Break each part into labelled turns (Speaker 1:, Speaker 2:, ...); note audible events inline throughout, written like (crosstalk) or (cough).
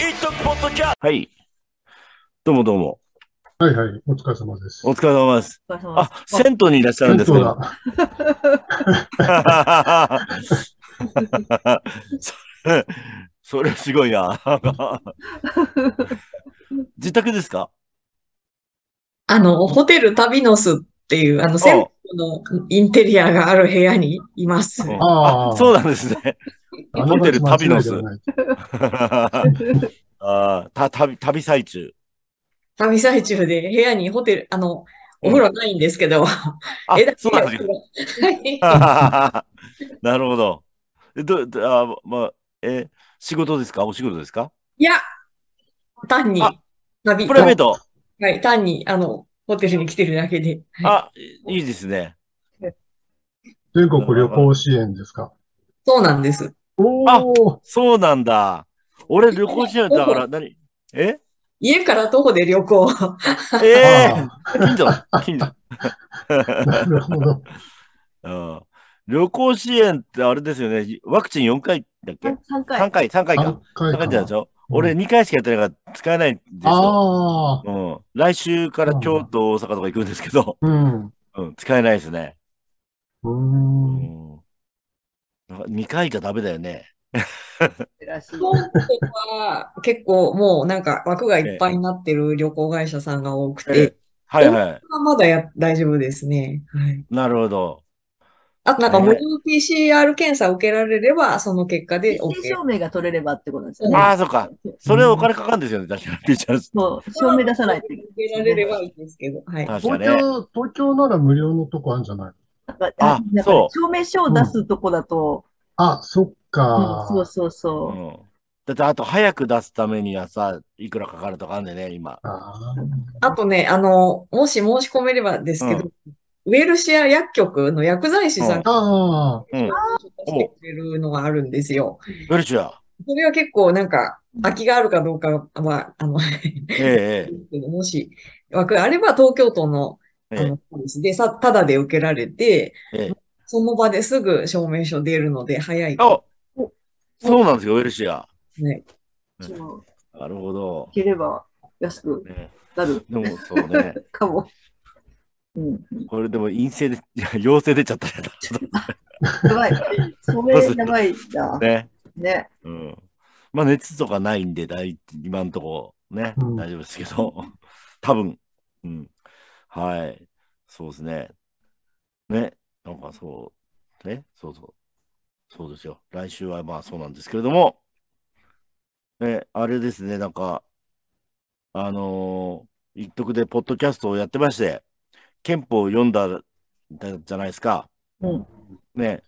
Speaker 1: イトポッドキャス
Speaker 2: はい。どうもどうも。
Speaker 3: はいはい、お疲れ様です。
Speaker 2: お疲れ様です。
Speaker 4: お疲れ様
Speaker 2: あ、銭湯にいらっしゃるんですけ
Speaker 3: 銭湯
Speaker 2: ど。
Speaker 3: だ。
Speaker 2: それ、 (laughs) それすごいな。 (laughs) 自宅ですか
Speaker 4: あの、ホテルタビノスっていう、あの、銭湯のインテリアがある部屋にいます。
Speaker 2: うん
Speaker 3: あー
Speaker 2: そうなんですね。
Speaker 3: あの
Speaker 2: ホテル旅の巣
Speaker 3: 間違いではない
Speaker 2: あーた旅旅最中。
Speaker 4: 旅最中で部屋にホテル、あの、お風呂ないんですけど、
Speaker 2: あ
Speaker 4: (laughs) 枝、
Speaker 2: そうなんですね。
Speaker 4: ね
Speaker 2: なるほど。えど、どあまあ、え、仕事ですかお仕事ですか
Speaker 4: いや、単に
Speaker 2: あ、
Speaker 4: 旅、
Speaker 2: プライベート
Speaker 4: はい、単に、あの、ホテルに来てるだけで。はい
Speaker 2: あ、いいですね。
Speaker 3: 全国旅行支援ですか。
Speaker 4: そうなんです。
Speaker 3: お
Speaker 2: あ
Speaker 3: お、
Speaker 2: そうなんだ。俺、旅行しないだから、何え
Speaker 4: 家から徒歩で旅行。
Speaker 2: ええ近所近所、
Speaker 3: あーなるほど。
Speaker 2: (laughs) うん。旅行支援ってあれですよね。ワクチン4回だっけ
Speaker 5: 3
Speaker 2: ?3
Speaker 5: 回。
Speaker 2: 回、3回か
Speaker 3: 何。回
Speaker 2: 3回じゃないでしょ
Speaker 3: うん
Speaker 2: 俺2回しかやってないから使えないんですよ。
Speaker 3: ああ、
Speaker 2: うん、来週から京都、大阪とか行くんですけど、 (laughs)
Speaker 3: うん。う
Speaker 2: うん、使えないですね。う
Speaker 3: ーん。
Speaker 2: ん。なんか2回じゃダメだよね。
Speaker 5: らしい。
Speaker 4: 京都は結構もうなんか枠がいっぱいになってる旅行会社さんが多く
Speaker 2: ええ
Speaker 4: て、
Speaker 2: はいはい。
Speaker 4: まだや大丈夫ですね。はい。
Speaker 2: なるほど。
Speaker 4: あとなんか
Speaker 2: ね
Speaker 4: 無料 PCR 検査を受けられれば、その結果で OK
Speaker 5: 陰。性証明が取れればってことですよね。
Speaker 2: ああ、そっか。それお金かかるんですよね。 (laughs) 確かに。ピッチャーズ
Speaker 5: そう、証明出さないといけ
Speaker 4: 受けられればいいんですけど、はい。
Speaker 2: 確か
Speaker 3: 東
Speaker 2: ね。
Speaker 3: 京、東京なら無料のとこあるんじゃない
Speaker 5: ない。
Speaker 2: あ
Speaker 5: なんか
Speaker 2: そう
Speaker 5: 証明書を出すとこだと、
Speaker 3: あ、そっ
Speaker 5: うん
Speaker 3: か。
Speaker 5: そうそう
Speaker 2: う
Speaker 5: そ
Speaker 2: ん。だって、あと早く出すためにはさ、いくらかかるとかあるんでね、今。
Speaker 3: あー
Speaker 4: あとね、あの、もし申し込めればですけど、ウェルシア薬局の薬剤師さんが
Speaker 3: あ
Speaker 2: うん。
Speaker 4: してくれるのがあるんですよ。
Speaker 2: ウェルシア。
Speaker 4: それは結構なんか、空きがあるかどうかは、あの、 (laughs)
Speaker 2: ええ
Speaker 4: もし枠があれば東京都の、
Speaker 2: ええ
Speaker 4: あのポリスでさ、ただで受けられて、
Speaker 2: ええ
Speaker 4: その場ですぐ証明書出るので早い
Speaker 2: え。あそうなんですよ、ウェルシア。
Speaker 4: ね。
Speaker 2: う
Speaker 5: う。
Speaker 2: ん
Speaker 5: そう
Speaker 2: なるほど
Speaker 5: い。ければ安く
Speaker 2: ね、
Speaker 5: なる
Speaker 2: でも、そうね。 (laughs)
Speaker 5: かも。うん。
Speaker 2: これでも陰性で、いや陽性出ちゃったやちょっ (laughs)
Speaker 5: やばい。証明やばいな
Speaker 2: と。ね。
Speaker 5: ね。
Speaker 2: うん。まあ、熱とかないんで、大今んとこ、ね、
Speaker 3: うん
Speaker 2: 大丈夫ですけど、 (laughs) 多分、うん。はい。そうですね。ね、なんかそう、ね、そうそう。そうですよ。来週はまあそうなんですけれども、ね、あれですね、なんか、あのー一徳でポッドキャストをやってまして、憲法を読んだだじゃないですか。
Speaker 5: うん
Speaker 2: ね、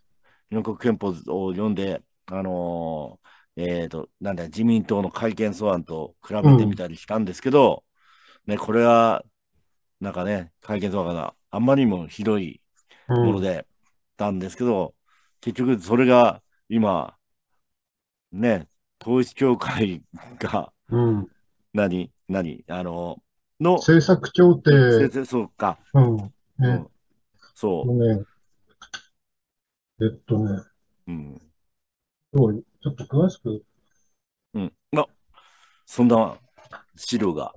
Speaker 2: 日本国憲法を読んで、あのーえっ、と、なんだ、自民党の改憲草案と比べてみたりしたんですけど、ね、これは、なんかね、改憲草案があんまりにもひどい
Speaker 3: あ、う
Speaker 2: も
Speaker 3: ん
Speaker 2: ので、たんですけど、結局それが今、ね、統一教会が、
Speaker 3: うん。
Speaker 2: 何、何、あの、の、
Speaker 3: 政策協定、
Speaker 2: せせそうか、
Speaker 3: うん。
Speaker 2: う
Speaker 3: ね
Speaker 2: ん、そ
Speaker 3: ね。えっとね、
Speaker 2: う、うん、
Speaker 3: どうちょっと詳しく、
Speaker 2: うん、あそんな資料が、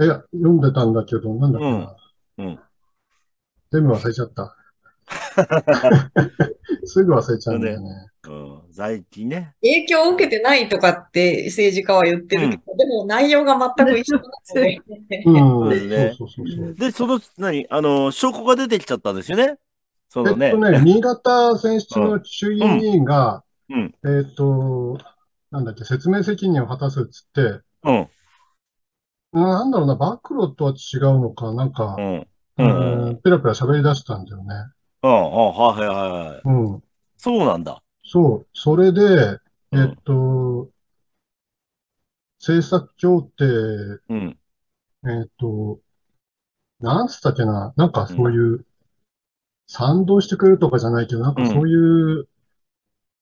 Speaker 3: え、読んでたんだけど、なんだっけな。
Speaker 2: うんうん
Speaker 3: 全部忘れちゃ
Speaker 2: (laughs)
Speaker 3: った。すぐ忘れちゃうんだよね。
Speaker 2: うん、最近ね、
Speaker 4: 影響を受けてないとかって政治家は言ってるけど、でも内容が全く一緒なので、
Speaker 3: うん、
Speaker 2: そうですね
Speaker 3: そうそうそうそう。
Speaker 2: で、その、何、あの、証拠が出てきちゃったんですよね。そ
Speaker 3: え
Speaker 2: の
Speaker 3: っ
Speaker 2: ね、
Speaker 3: とね、新潟選出の衆議院議員が、
Speaker 2: うん
Speaker 3: えっと、なんだっけ、説明責任を果たすっつって、うん
Speaker 2: うん、
Speaker 3: なんだろうな、暴露とは違うのか、なんか
Speaker 2: う、ん、うん、うん、
Speaker 3: うんペラペラ喋り出したんだよね。
Speaker 2: あはいはいはい。
Speaker 3: うん。
Speaker 2: そうなんだ。
Speaker 3: そう。それで、
Speaker 2: う
Speaker 3: えっ
Speaker 2: ん、
Speaker 3: と、政策協定、
Speaker 2: うん、
Speaker 3: えっと、なんつったっけな、なんかそういう、賛同してくれるとかじゃないけど、なんかそういう、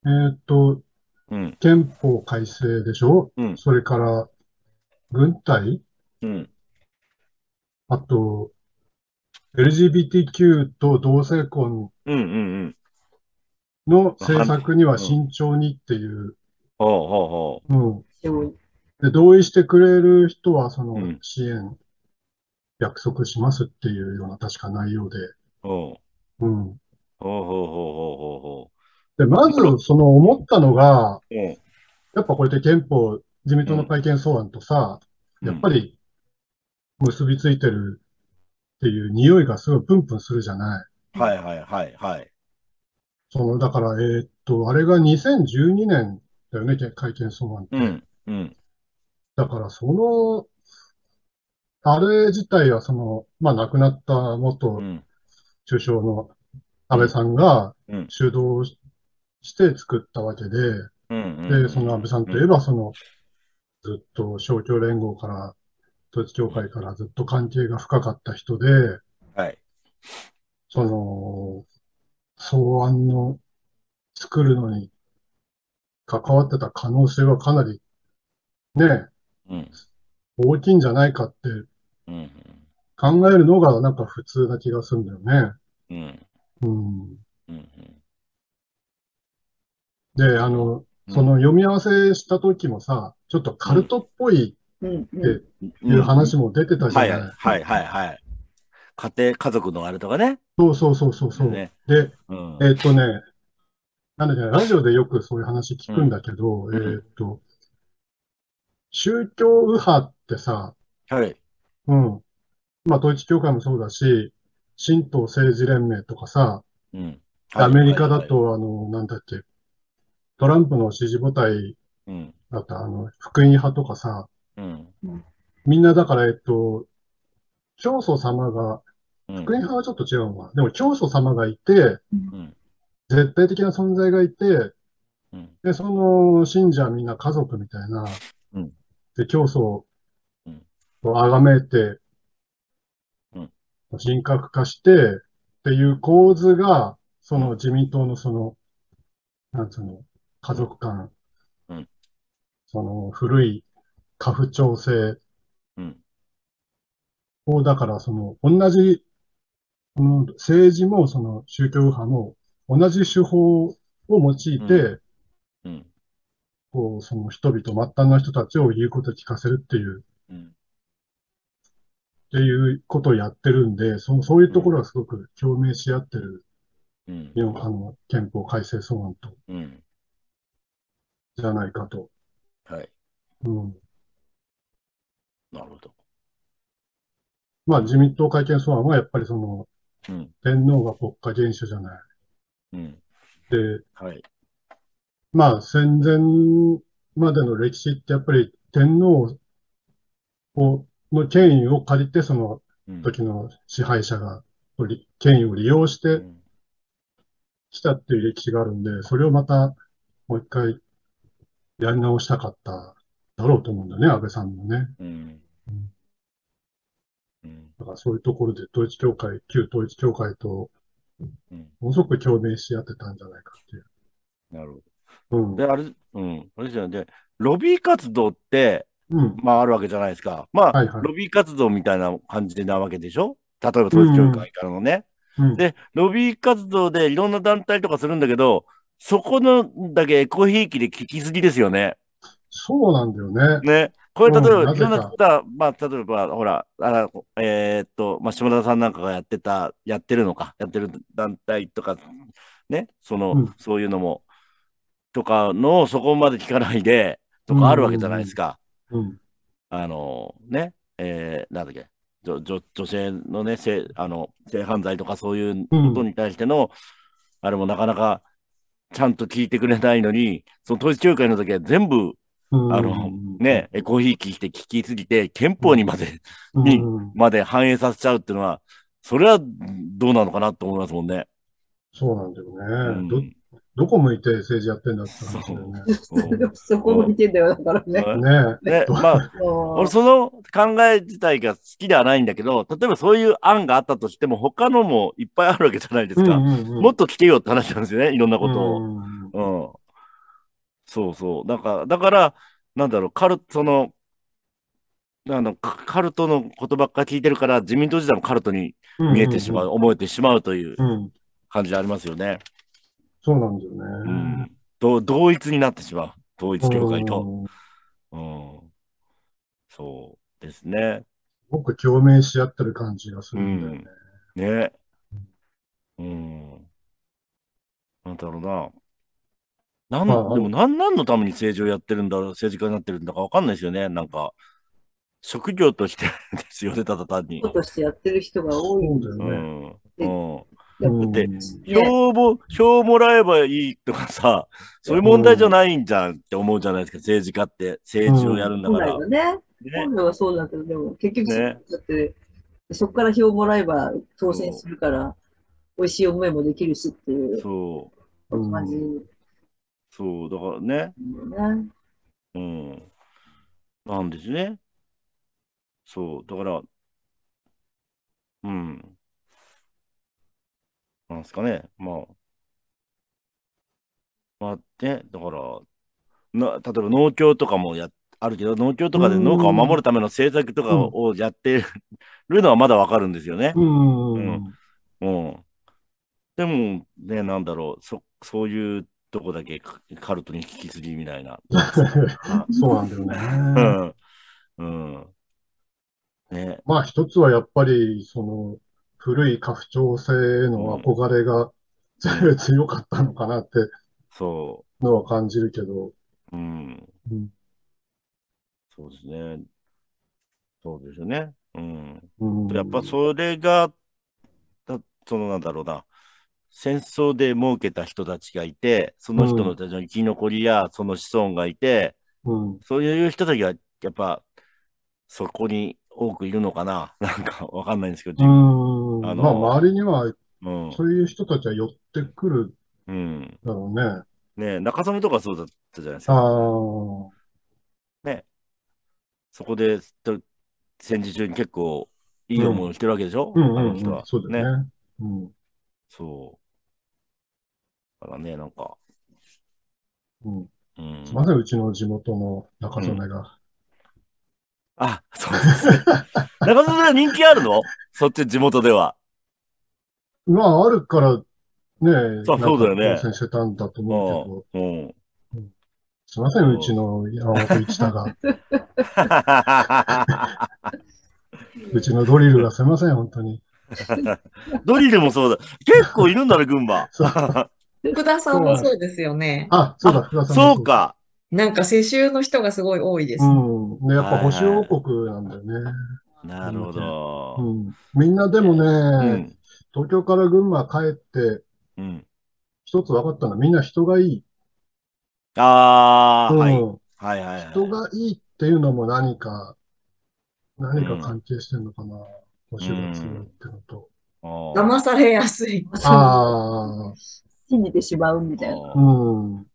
Speaker 3: えっと、
Speaker 2: うん、
Speaker 3: 憲法改正でしょ
Speaker 2: うん
Speaker 3: それから、軍隊
Speaker 2: うん、
Speaker 3: あと、LGBTQ と同性婚
Speaker 2: うん、うん、うん。
Speaker 3: の政策には慎重にっていう、
Speaker 2: ほうほうほ
Speaker 3: うん、
Speaker 5: すごい。
Speaker 3: で、同意してくれる人は、そ
Speaker 2: うん
Speaker 3: の支援、約束しますっていうような確か内容で。
Speaker 2: おう
Speaker 3: うん。
Speaker 2: ほうほうほ
Speaker 3: で、まず、その思ったのが、
Speaker 2: うほうほうほう。うん
Speaker 3: やっぱこうやって憲法、自民党の改憲草案とさ、やっぱり結びついてるっていう匂いがすごいプンプンするじゃない。
Speaker 2: はいはいはいはい。
Speaker 3: その、だから、えーっと、あれが2012年だよね、改憲草案って。
Speaker 2: うん。うん。
Speaker 3: だから、その、あれ自体は、その、まあ、亡くなった
Speaker 2: う
Speaker 3: 元
Speaker 2: ん。
Speaker 3: 首相の安倍さんが
Speaker 2: うん
Speaker 3: 主導しして作ったわけで、
Speaker 2: うん。うん
Speaker 3: で、その安倍さんといえば、その、ずっと勝共連合から、統一教会からずっと関係が深かった人で、
Speaker 2: はい。
Speaker 3: その、草案の作るのに関わってた可能性はかなり、ね、
Speaker 2: うん。
Speaker 3: 大きいんじゃないかって
Speaker 2: うん。
Speaker 3: 考えるのがなんか普通な気がするんだよね。
Speaker 2: うん。
Speaker 3: うん。
Speaker 2: うん。
Speaker 3: で、あの、その読み合わせした時もさ、ちょっとカルトっぽい
Speaker 5: うんうん
Speaker 3: で
Speaker 2: うん、
Speaker 3: いう話も出てたじゃ
Speaker 2: は
Speaker 3: ないい。
Speaker 2: はいはいはい。家庭、家族のあれとかね。
Speaker 3: そうそうそうそうそう。
Speaker 2: ね。
Speaker 3: で、
Speaker 2: うん。
Speaker 3: えっとね、なんだっけな、ラジオでよくそういう話聞くんだけど、
Speaker 2: ん
Speaker 3: えっと、宗教右派ってさ、
Speaker 2: はい。
Speaker 3: うん。まあ、統一教会もそうだし、神道政治連盟とかさ、
Speaker 2: うん。
Speaker 3: アメリカだと、あの、なんだっけ、トランプの支持母体
Speaker 2: はい。はいはい
Speaker 3: だった、あの、福音派とかさ、
Speaker 2: うん。
Speaker 3: みんなだから、えっと、教祖様が、
Speaker 2: うん。
Speaker 3: 福音派はちょっと違うのかな。でも教祖様がいて、
Speaker 2: うん。
Speaker 3: 絶対的な存在がいて、
Speaker 2: うん。
Speaker 3: で、その信者みんな家族みたいな
Speaker 2: うん、
Speaker 3: で、教祖
Speaker 2: うん
Speaker 3: を崇めて
Speaker 2: うん、
Speaker 3: 神格化して、っていう構図が、その自民党のその、なんつうの、家族間
Speaker 2: うん、
Speaker 3: その古い家父長制
Speaker 2: うん。
Speaker 3: を、だからその、同じ、この政治もその宗教右派も同じ手法を用いて、
Speaker 2: うん。
Speaker 3: こう、その人々、末端の人たちを言うことを聞かせるっていう、
Speaker 2: うん。
Speaker 3: っていうことをやってるんで、その、そういうところがすごく共鳴し合ってる、
Speaker 2: うん。
Speaker 3: 日本あの憲法改正草案と、
Speaker 2: うん。
Speaker 3: じゃないかと。
Speaker 2: はい。
Speaker 3: うん。
Speaker 2: なるほど。
Speaker 3: まあ、自民党改憲草案はやっぱりその、
Speaker 2: うん。
Speaker 3: 天皇が国家元首じゃない。
Speaker 2: うん。
Speaker 3: で、
Speaker 2: はい。
Speaker 3: まあ戦前までの歴史ってやっぱり天皇をの権威を借りてその
Speaker 2: うん。
Speaker 3: 時の支配者がり権威を利用し
Speaker 2: う
Speaker 3: て
Speaker 2: ん
Speaker 3: きたっていう歴史があるんで、それをまたもう一回やり直したかっただろうと思うんだよね、安倍さんもね。
Speaker 2: うん。うん。
Speaker 3: だからそういうところで統一教会、旧統一教会と
Speaker 2: うん。
Speaker 3: ものすごく共鳴し合ってたんじゃないかっていう。
Speaker 2: なるほ
Speaker 3: うん
Speaker 2: ど。で、あれ、うん。あれじゃで、ロビー活動って、
Speaker 3: うん。
Speaker 2: まあ、あるわけじゃないですか。まあ、
Speaker 3: はいはい。
Speaker 2: ロビー活動みたいな感じなわけでしょ例えば統一教会からのね。
Speaker 3: うん。
Speaker 2: で、ロビー活動でいろんな団体とかするんだけど、そこのだけエコひいきで聞きすぎですよね。
Speaker 3: そうなんだよね。
Speaker 2: ね。これ、例え
Speaker 3: う
Speaker 2: ば、
Speaker 3: んないぜ
Speaker 2: ろ
Speaker 3: か
Speaker 2: んなさ、まあ、例えば、ほら、あえーっと、まあ、島田さんなんかがやってた、やってるのか、やってる団体とか、ね、その、
Speaker 3: うん
Speaker 2: そういうのも、とかの、そこまで聞かないで、とかあるわけじゃないですか。
Speaker 3: うん。
Speaker 2: あのね、えー、なんだっけ、女女女性のね性あの、性犯罪とかそういうこ
Speaker 3: うん
Speaker 2: とに対しての、あれもなかなかちゃんと聞いてくれないのに、その統一教会の時は全部、
Speaker 3: うん。
Speaker 2: あの、ね、エコひいきして聞きすぎて、憲法にまで、
Speaker 3: うん。
Speaker 2: にまで反映させちゃうっていうのは、それはどうなのかなと思いますもんね。
Speaker 3: そうなんだよ
Speaker 2: う
Speaker 3: ね。
Speaker 2: ん
Speaker 3: ど、どこ向いて政治やってんだって話だよね。
Speaker 2: そう
Speaker 5: (laughs) そこを見てんだよ、だからね。
Speaker 3: (laughs) ねえ。
Speaker 2: ね、まあ、
Speaker 5: そう
Speaker 2: 俺、その考え自体が好きではないんだけど、例えばそういう案があったとしても、他のもいっぱいあるわけじゃないですか。も
Speaker 3: も
Speaker 2: っと聞けよって話なんですよね、いろんなことを。
Speaker 3: を。
Speaker 2: うん。そうそう。なんか、だから、なんだろう、カルト、その、あの、カカルトのことばっか聞いてるから、自民党自体もカルトに見えてしまう、思えてしまうという
Speaker 3: うん。うん。
Speaker 2: 感じありますよね。
Speaker 3: そうなんだよ
Speaker 2: う
Speaker 3: ね。
Speaker 2: ん。と同一になってしまう。統一教会と。
Speaker 3: うん
Speaker 2: うん。そうですね。
Speaker 3: ごく共鳴し合ってる感じがす
Speaker 2: う
Speaker 3: るんだよね
Speaker 2: ん。。ね。うん。なんだろうな。なん、
Speaker 3: まあ
Speaker 2: でもなん、なんのために政治をやってるんだろう、政治家になってるんだかわかんないですよね。なんか、職業として (laughs) ですよね、ただ単に。
Speaker 5: ことしてやってる人が多いんだ
Speaker 3: そう
Speaker 2: う
Speaker 3: だよ
Speaker 2: ん。
Speaker 3: ね。
Speaker 2: うん。
Speaker 3: うん
Speaker 2: だって
Speaker 5: ね。
Speaker 2: 票も、票もらえばいいとかさ、そういう問題じゃないんじゃんって思うじゃないですか、政治家って。政治をやるんだ
Speaker 5: 本
Speaker 2: か
Speaker 5: 来
Speaker 2: ら。
Speaker 5: はね、
Speaker 2: ね
Speaker 5: 本来はそうだけど、でも結局、
Speaker 2: ね
Speaker 5: だって、そこから票もらえば当選するから、美味しい思いもできるしっていう
Speaker 2: そう。
Speaker 3: うん
Speaker 5: 感じ
Speaker 2: そう、だからね。
Speaker 5: なんだ
Speaker 2: うん。なんですね。そう、だから、うん。なんですかね。まあ。まあ、ね、だから、な、例えば農協とかもや、あるけど、農協とかで農家を守るための政策とかをやってるのはまだわかるんですよね。
Speaker 3: うん。
Speaker 2: うん。でも、ね、なんだろう、そ、そういうとこだけカカルトに聞きすぎみたいな。
Speaker 3: そうなんだよ
Speaker 2: うん。う
Speaker 3: ね。
Speaker 2: ん。ね。
Speaker 3: まあ一つはやっぱり、その、古い家父長制への憧れが強かったのかなって
Speaker 2: そ
Speaker 3: のは感じるけど、
Speaker 2: う。うん。
Speaker 3: うん。
Speaker 2: そうですね。そうですよね。うん。
Speaker 3: うん
Speaker 2: やっぱそれが、だそのなんだろうな。戦争で儲けた人たちがいて、その人のたちの生き残りや、その子孫がいて、
Speaker 3: うん。
Speaker 2: そういう人たちが、やっぱ、そこに多くいるのかな。なんかわかんないんですけ
Speaker 3: う
Speaker 2: ど、
Speaker 3: ん。
Speaker 2: あの
Speaker 3: まあ周りには
Speaker 2: うん。
Speaker 3: そういう人たちは寄ってくる
Speaker 2: うん。
Speaker 3: だろうね。あ
Speaker 2: ね中曽根とかそうだったじゃないですか。
Speaker 3: あ。
Speaker 2: そこでと戦時中に結構いい思いをしてるわけでしょ、
Speaker 3: うん
Speaker 2: あ
Speaker 3: うん
Speaker 2: の人
Speaker 3: うん
Speaker 2: は。。
Speaker 3: そうだよね。うん。
Speaker 2: そう。だからね、なんか、
Speaker 3: うん。
Speaker 2: うん
Speaker 3: すい。ません、うちの地元の中曽根が。
Speaker 2: あ、そうです
Speaker 3: (laughs)
Speaker 2: ね。中澤さん人気あるのそっち地元では。
Speaker 3: まあ、あるから、ねえ、
Speaker 2: そうそうだよね
Speaker 3: なんか当選してたんだと思うけど、
Speaker 2: うん。 (laughs)
Speaker 3: すいません、うちの山本一太が。うちのドリルがすいません、本当に。
Speaker 2: ドリルもそうだ。結構いるんだね、群馬。 (laughs)
Speaker 3: そう
Speaker 4: 福田さんもそうですよね。
Speaker 3: あ、そうだ、福田さんも
Speaker 2: そう。か。
Speaker 4: なんか世襲の人がすごい多いです
Speaker 3: う。ん。で、やっぱ
Speaker 2: はいはい
Speaker 3: 保守王国なんだよね。
Speaker 2: なるほど
Speaker 3: う。ん。みんなでも
Speaker 2: う
Speaker 3: ね、
Speaker 2: ん。
Speaker 3: 東京から群馬帰って、
Speaker 2: うん。
Speaker 3: 一つ分かったのはみんな人がいい。
Speaker 2: ああ、
Speaker 3: うん。
Speaker 2: はい。はいはいはい。
Speaker 3: 人がいいっていうのも何か、何か関係してるのかな。保守が強いってのと。
Speaker 2: あー
Speaker 4: 騙されやすい。
Speaker 3: あ
Speaker 5: 信じてしまうみたいな。
Speaker 3: あ、うん。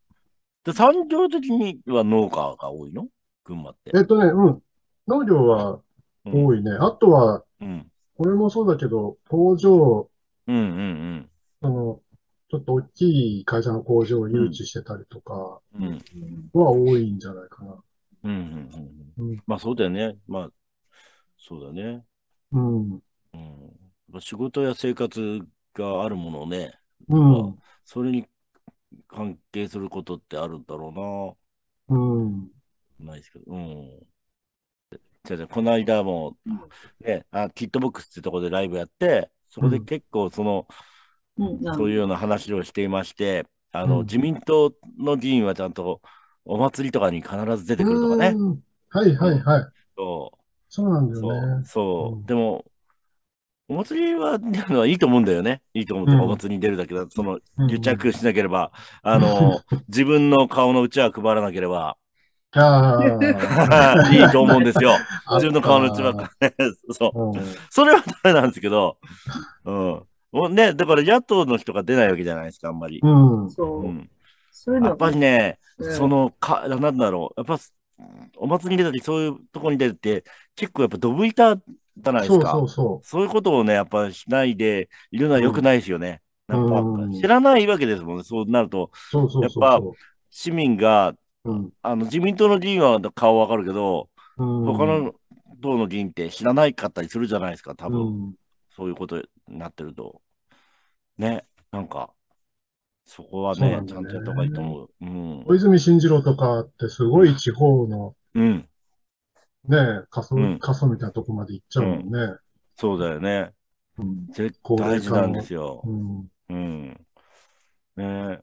Speaker 2: で、産業的には農家が多いの群馬って。
Speaker 3: えっとね、うん。農業は
Speaker 2: うん
Speaker 3: 多いね。あとは、
Speaker 2: うん。
Speaker 3: これもそうだけど、工場、
Speaker 2: うんうん
Speaker 3: その、ちょっと大きい会社の工場を誘致してたりとか
Speaker 2: うん。うん。
Speaker 3: は多いんじゃないかな。
Speaker 2: うんうんうんう
Speaker 3: うんん。
Speaker 2: まあそうだよね。まあ、そうだね。
Speaker 3: うん。
Speaker 2: うん。やっぱ仕事や生活があるものをね、
Speaker 3: うん。
Speaker 2: それに関係することってあるんだろ
Speaker 3: うん。
Speaker 2: うな。ないですけど。うん。じゃあじゃあこの間も、ね、あ、キットボックスってとこでライブやって、そこで結構その、
Speaker 5: うん
Speaker 2: そういうような話をしていまして、あの、
Speaker 3: うん
Speaker 2: 自民党の議員はちゃんとお祭りとかに必ず出てくるとかね。
Speaker 3: うんはいはいはい。
Speaker 2: そ
Speaker 3: そうなん
Speaker 2: う、
Speaker 3: だ
Speaker 2: そ
Speaker 3: よ
Speaker 2: う、
Speaker 3: ね。
Speaker 2: そうう。
Speaker 3: ん
Speaker 2: でも、お祭りは、 (laughs) 出るのはいいと思うんだよね。いいと思うとか、
Speaker 3: うん
Speaker 2: お祭りに出るだけだ。その、
Speaker 3: うん
Speaker 2: 癒着しなければ、あ
Speaker 3: (laughs)
Speaker 2: の、自分の顔の内は配らなければ、
Speaker 3: ああ、
Speaker 2: いいと思うんですよ。(laughs)
Speaker 3: あ
Speaker 2: 自分の顔の内
Speaker 3: っ
Speaker 2: は、ね、
Speaker 3: (laughs)
Speaker 2: そう。
Speaker 3: たうん。
Speaker 2: それはダメなんですけど、うん。もうね、だから野党の人が出ないわけじゃないですか、あんまり。
Speaker 3: うん。
Speaker 5: そうう。
Speaker 2: ん。
Speaker 5: そういうの
Speaker 2: やっぱりね、
Speaker 5: うん
Speaker 2: そのか、なんだろう、やっぱお祭りに出たり、そういうとこに出るって、結構やっぱドブ板じゃないです
Speaker 3: そう
Speaker 2: か。
Speaker 3: そ
Speaker 2: そう
Speaker 3: うそ
Speaker 2: いうことをね、やっぱしないでいるのは良くないですよね。
Speaker 3: うん
Speaker 2: やっぱ
Speaker 3: うん
Speaker 2: 知らないわけですもんね、そうなると、
Speaker 3: う。そうそうそう
Speaker 2: やっ
Speaker 3: そう。
Speaker 2: 市民が、
Speaker 3: うん。
Speaker 2: あの自民党の議員は顔わかるけど、
Speaker 3: うん。
Speaker 2: 他の党の議員って知らないかったりするじゃないですか、多
Speaker 3: う
Speaker 2: 分、
Speaker 3: ん。
Speaker 2: そういうことになってると。ね、なんか、そこは
Speaker 3: そう
Speaker 2: ね
Speaker 3: な、ん
Speaker 2: ち
Speaker 3: だ
Speaker 2: ゃ
Speaker 3: よ
Speaker 2: ん
Speaker 3: ね
Speaker 2: とやった方がいいと思う。うん。
Speaker 3: 小泉進次郎とかってすごい地方の
Speaker 2: うん。
Speaker 3: ねえ、過疎、
Speaker 2: うん
Speaker 3: 過疎みたいなとこまで行っちゃうもんね。
Speaker 2: そうだよね。
Speaker 3: うん。
Speaker 2: 絶
Speaker 3: 高
Speaker 2: 対
Speaker 3: 齢
Speaker 2: 事
Speaker 3: 化の
Speaker 2: なんですよ。
Speaker 3: うん。
Speaker 2: うん。ねえ。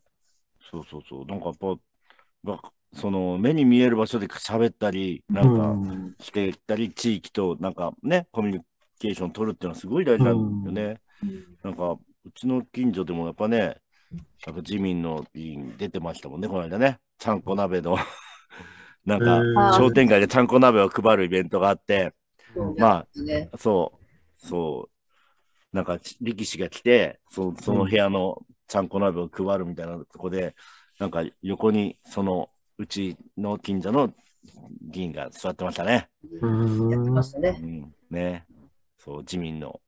Speaker 2: そうそうそう。なんかやっぱ、がその目に見える場所で喋ったり、なんか
Speaker 3: うん
Speaker 2: していったり、地域となんかね、コミュニケーション取るっていうのはすごい大事なんだよね。なんか、うちの近所でもやっぱね、なんか自民の議員出てましたもんね、この間ね。ちゃんこ鍋の。 (laughs) なん
Speaker 3: え
Speaker 2: か、
Speaker 3: ー
Speaker 2: 商店街でちゃんこ鍋を配るイベントがあって、
Speaker 5: そう
Speaker 2: まあ、
Speaker 5: ですね。
Speaker 2: そう、そう、なんかち力士が来て、そその部屋のちゃんこ鍋を配るみたいなとこで、なんか横にそのうちの近所の議員が座ってましたね。
Speaker 3: うん
Speaker 5: やってました
Speaker 2: う
Speaker 5: ね。
Speaker 2: ん、ね。そう、自民の。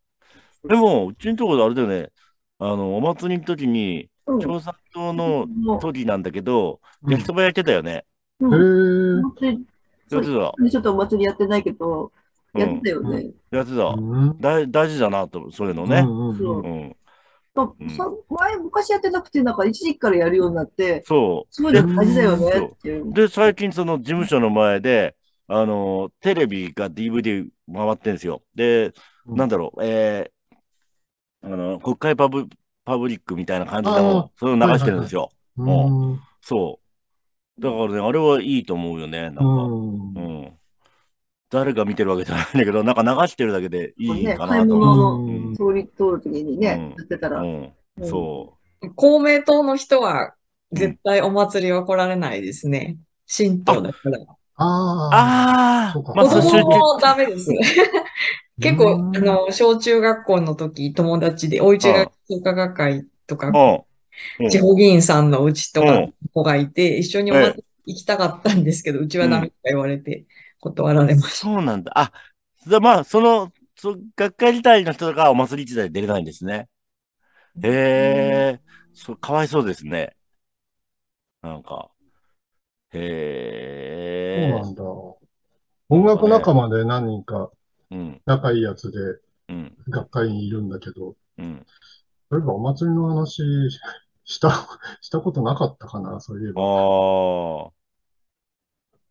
Speaker 2: でも、うちのところであれだよね、あの、お祭りの時に、
Speaker 5: うん
Speaker 2: 共産党の
Speaker 5: も
Speaker 2: 都議なんだけど、
Speaker 3: うん
Speaker 2: 焼きそば焼いてたよね。
Speaker 5: う
Speaker 3: え
Speaker 5: うん
Speaker 3: ー
Speaker 5: 本当に
Speaker 2: やってた。
Speaker 5: ちょっとお祭りやってないけど、やってたよね。
Speaker 2: やってた
Speaker 3: う。ん。
Speaker 2: 大大事だなと、そういうの
Speaker 3: う
Speaker 2: ね。
Speaker 3: んうん
Speaker 5: そううん
Speaker 2: うん。
Speaker 5: まあさ前、昔やってなくて、なんか一時期からやるようになって、
Speaker 2: そう。
Speaker 5: すごい大事だよねっていう。
Speaker 2: で、最近、その事務所の前で、あのテレビが DVD 回ってんですよ。で、
Speaker 3: うん
Speaker 2: なんだろう、えー、あの、国会パブパブリックみたいな感じ
Speaker 3: あ
Speaker 2: の
Speaker 3: あ、
Speaker 2: それを流してるんですよ。
Speaker 3: うん。
Speaker 2: そう。だからね、あれはいいと思うよね、なんか。
Speaker 3: うん
Speaker 2: う。ん。誰が見てるわけじゃないんだけど、なんか流してるだけでいい
Speaker 5: ね、
Speaker 2: か
Speaker 5: 買い
Speaker 2: なと思う。
Speaker 5: 物の
Speaker 2: うん
Speaker 5: 通り通るときにね、
Speaker 2: うん
Speaker 5: やってたら、
Speaker 2: うん、そ
Speaker 4: 公明党の人は絶対お祭りは来られないですね。神道だから。
Speaker 2: う。
Speaker 3: あ
Speaker 2: あ
Speaker 3: そ
Speaker 2: あ
Speaker 3: うか、
Speaker 2: まあ、
Speaker 4: 子
Speaker 2: そ
Speaker 3: あ
Speaker 2: う集
Speaker 4: 供
Speaker 2: 中。
Speaker 4: もダメです。結構、あ
Speaker 3: うん
Speaker 4: の、小中学校の時、友達で、おうち
Speaker 2: う
Speaker 4: が
Speaker 2: ん
Speaker 4: 創価学会とか、
Speaker 2: うん。うん
Speaker 4: 地方議員さんのうちと
Speaker 2: う
Speaker 4: か
Speaker 2: ん
Speaker 4: 子がいて、一緒にお祭り行きたかったんですけど、うちはダメとか言われて、断られました。
Speaker 2: そうなんだ。あ、じゃあまあ、その、そ学会自体の人がお祭り自体出れないんですね。へえ、そう、かわいそうですね。なんか。
Speaker 3: そう
Speaker 2: へ
Speaker 3: なんだ。音楽仲間で何人か
Speaker 2: え。うん、
Speaker 3: 仲いいやつで
Speaker 2: うん、
Speaker 3: 学会にいるんだけど、
Speaker 2: うん。
Speaker 3: そういえばお祭りの話した、したことなかったかな、そういえ
Speaker 2: あ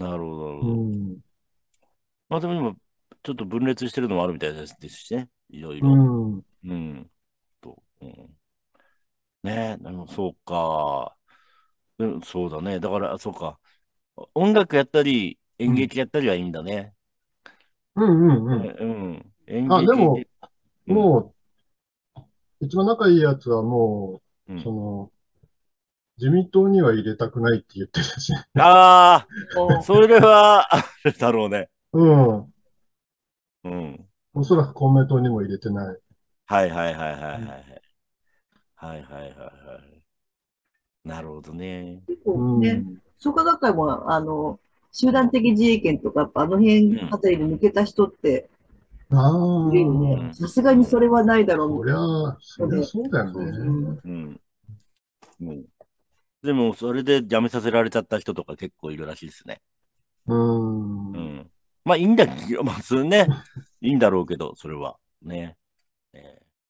Speaker 2: あ
Speaker 3: ば。。
Speaker 2: なるほど、なるほ
Speaker 3: う
Speaker 2: ど。
Speaker 3: ん。
Speaker 2: まあでも今、ちょっと分裂してるのもあるみたいですですしね。いろいうろ。
Speaker 3: ん。
Speaker 2: うん。と、うん。ねえ、でもそうか。うん、そうだね。だから、そうか。音楽やったり、演劇やったりはいいんだね。
Speaker 3: うんうん
Speaker 2: う
Speaker 3: うん。
Speaker 2: ん。演
Speaker 3: あでも
Speaker 2: 劇で、うん
Speaker 3: もう、一番仲いいやつはも
Speaker 2: う
Speaker 3: う、
Speaker 2: ん
Speaker 3: その、自民党には入れたくないって言ってるし。 (laughs)
Speaker 2: ああ、
Speaker 5: お
Speaker 2: それは、あるだろうね。
Speaker 3: うん。
Speaker 2: うん。
Speaker 3: おそらく公明党にも入れてない。
Speaker 2: はいはいはいはいはいはい。はいはいはいはい。なるほどね。
Speaker 5: 結
Speaker 3: う
Speaker 5: 構
Speaker 3: ん。
Speaker 5: ね、創価学会も、あの、集団的自衛権とか、やっぱあの辺あたりで抜けた人って
Speaker 3: あ
Speaker 5: いるよ
Speaker 2: う
Speaker 5: ね
Speaker 2: ん。
Speaker 5: さすがにそれはないだろ。
Speaker 3: あ、そうりゃ、そりゃそうだよ
Speaker 5: そう
Speaker 3: ね。
Speaker 2: うん。うん、でも、それで辞めさせられちゃった人とか結構いるらしいですね。
Speaker 3: うん。
Speaker 2: う
Speaker 3: うん
Speaker 2: んまあいいんだけど、まあそれね、いいんだろうけど、それは。ね。えー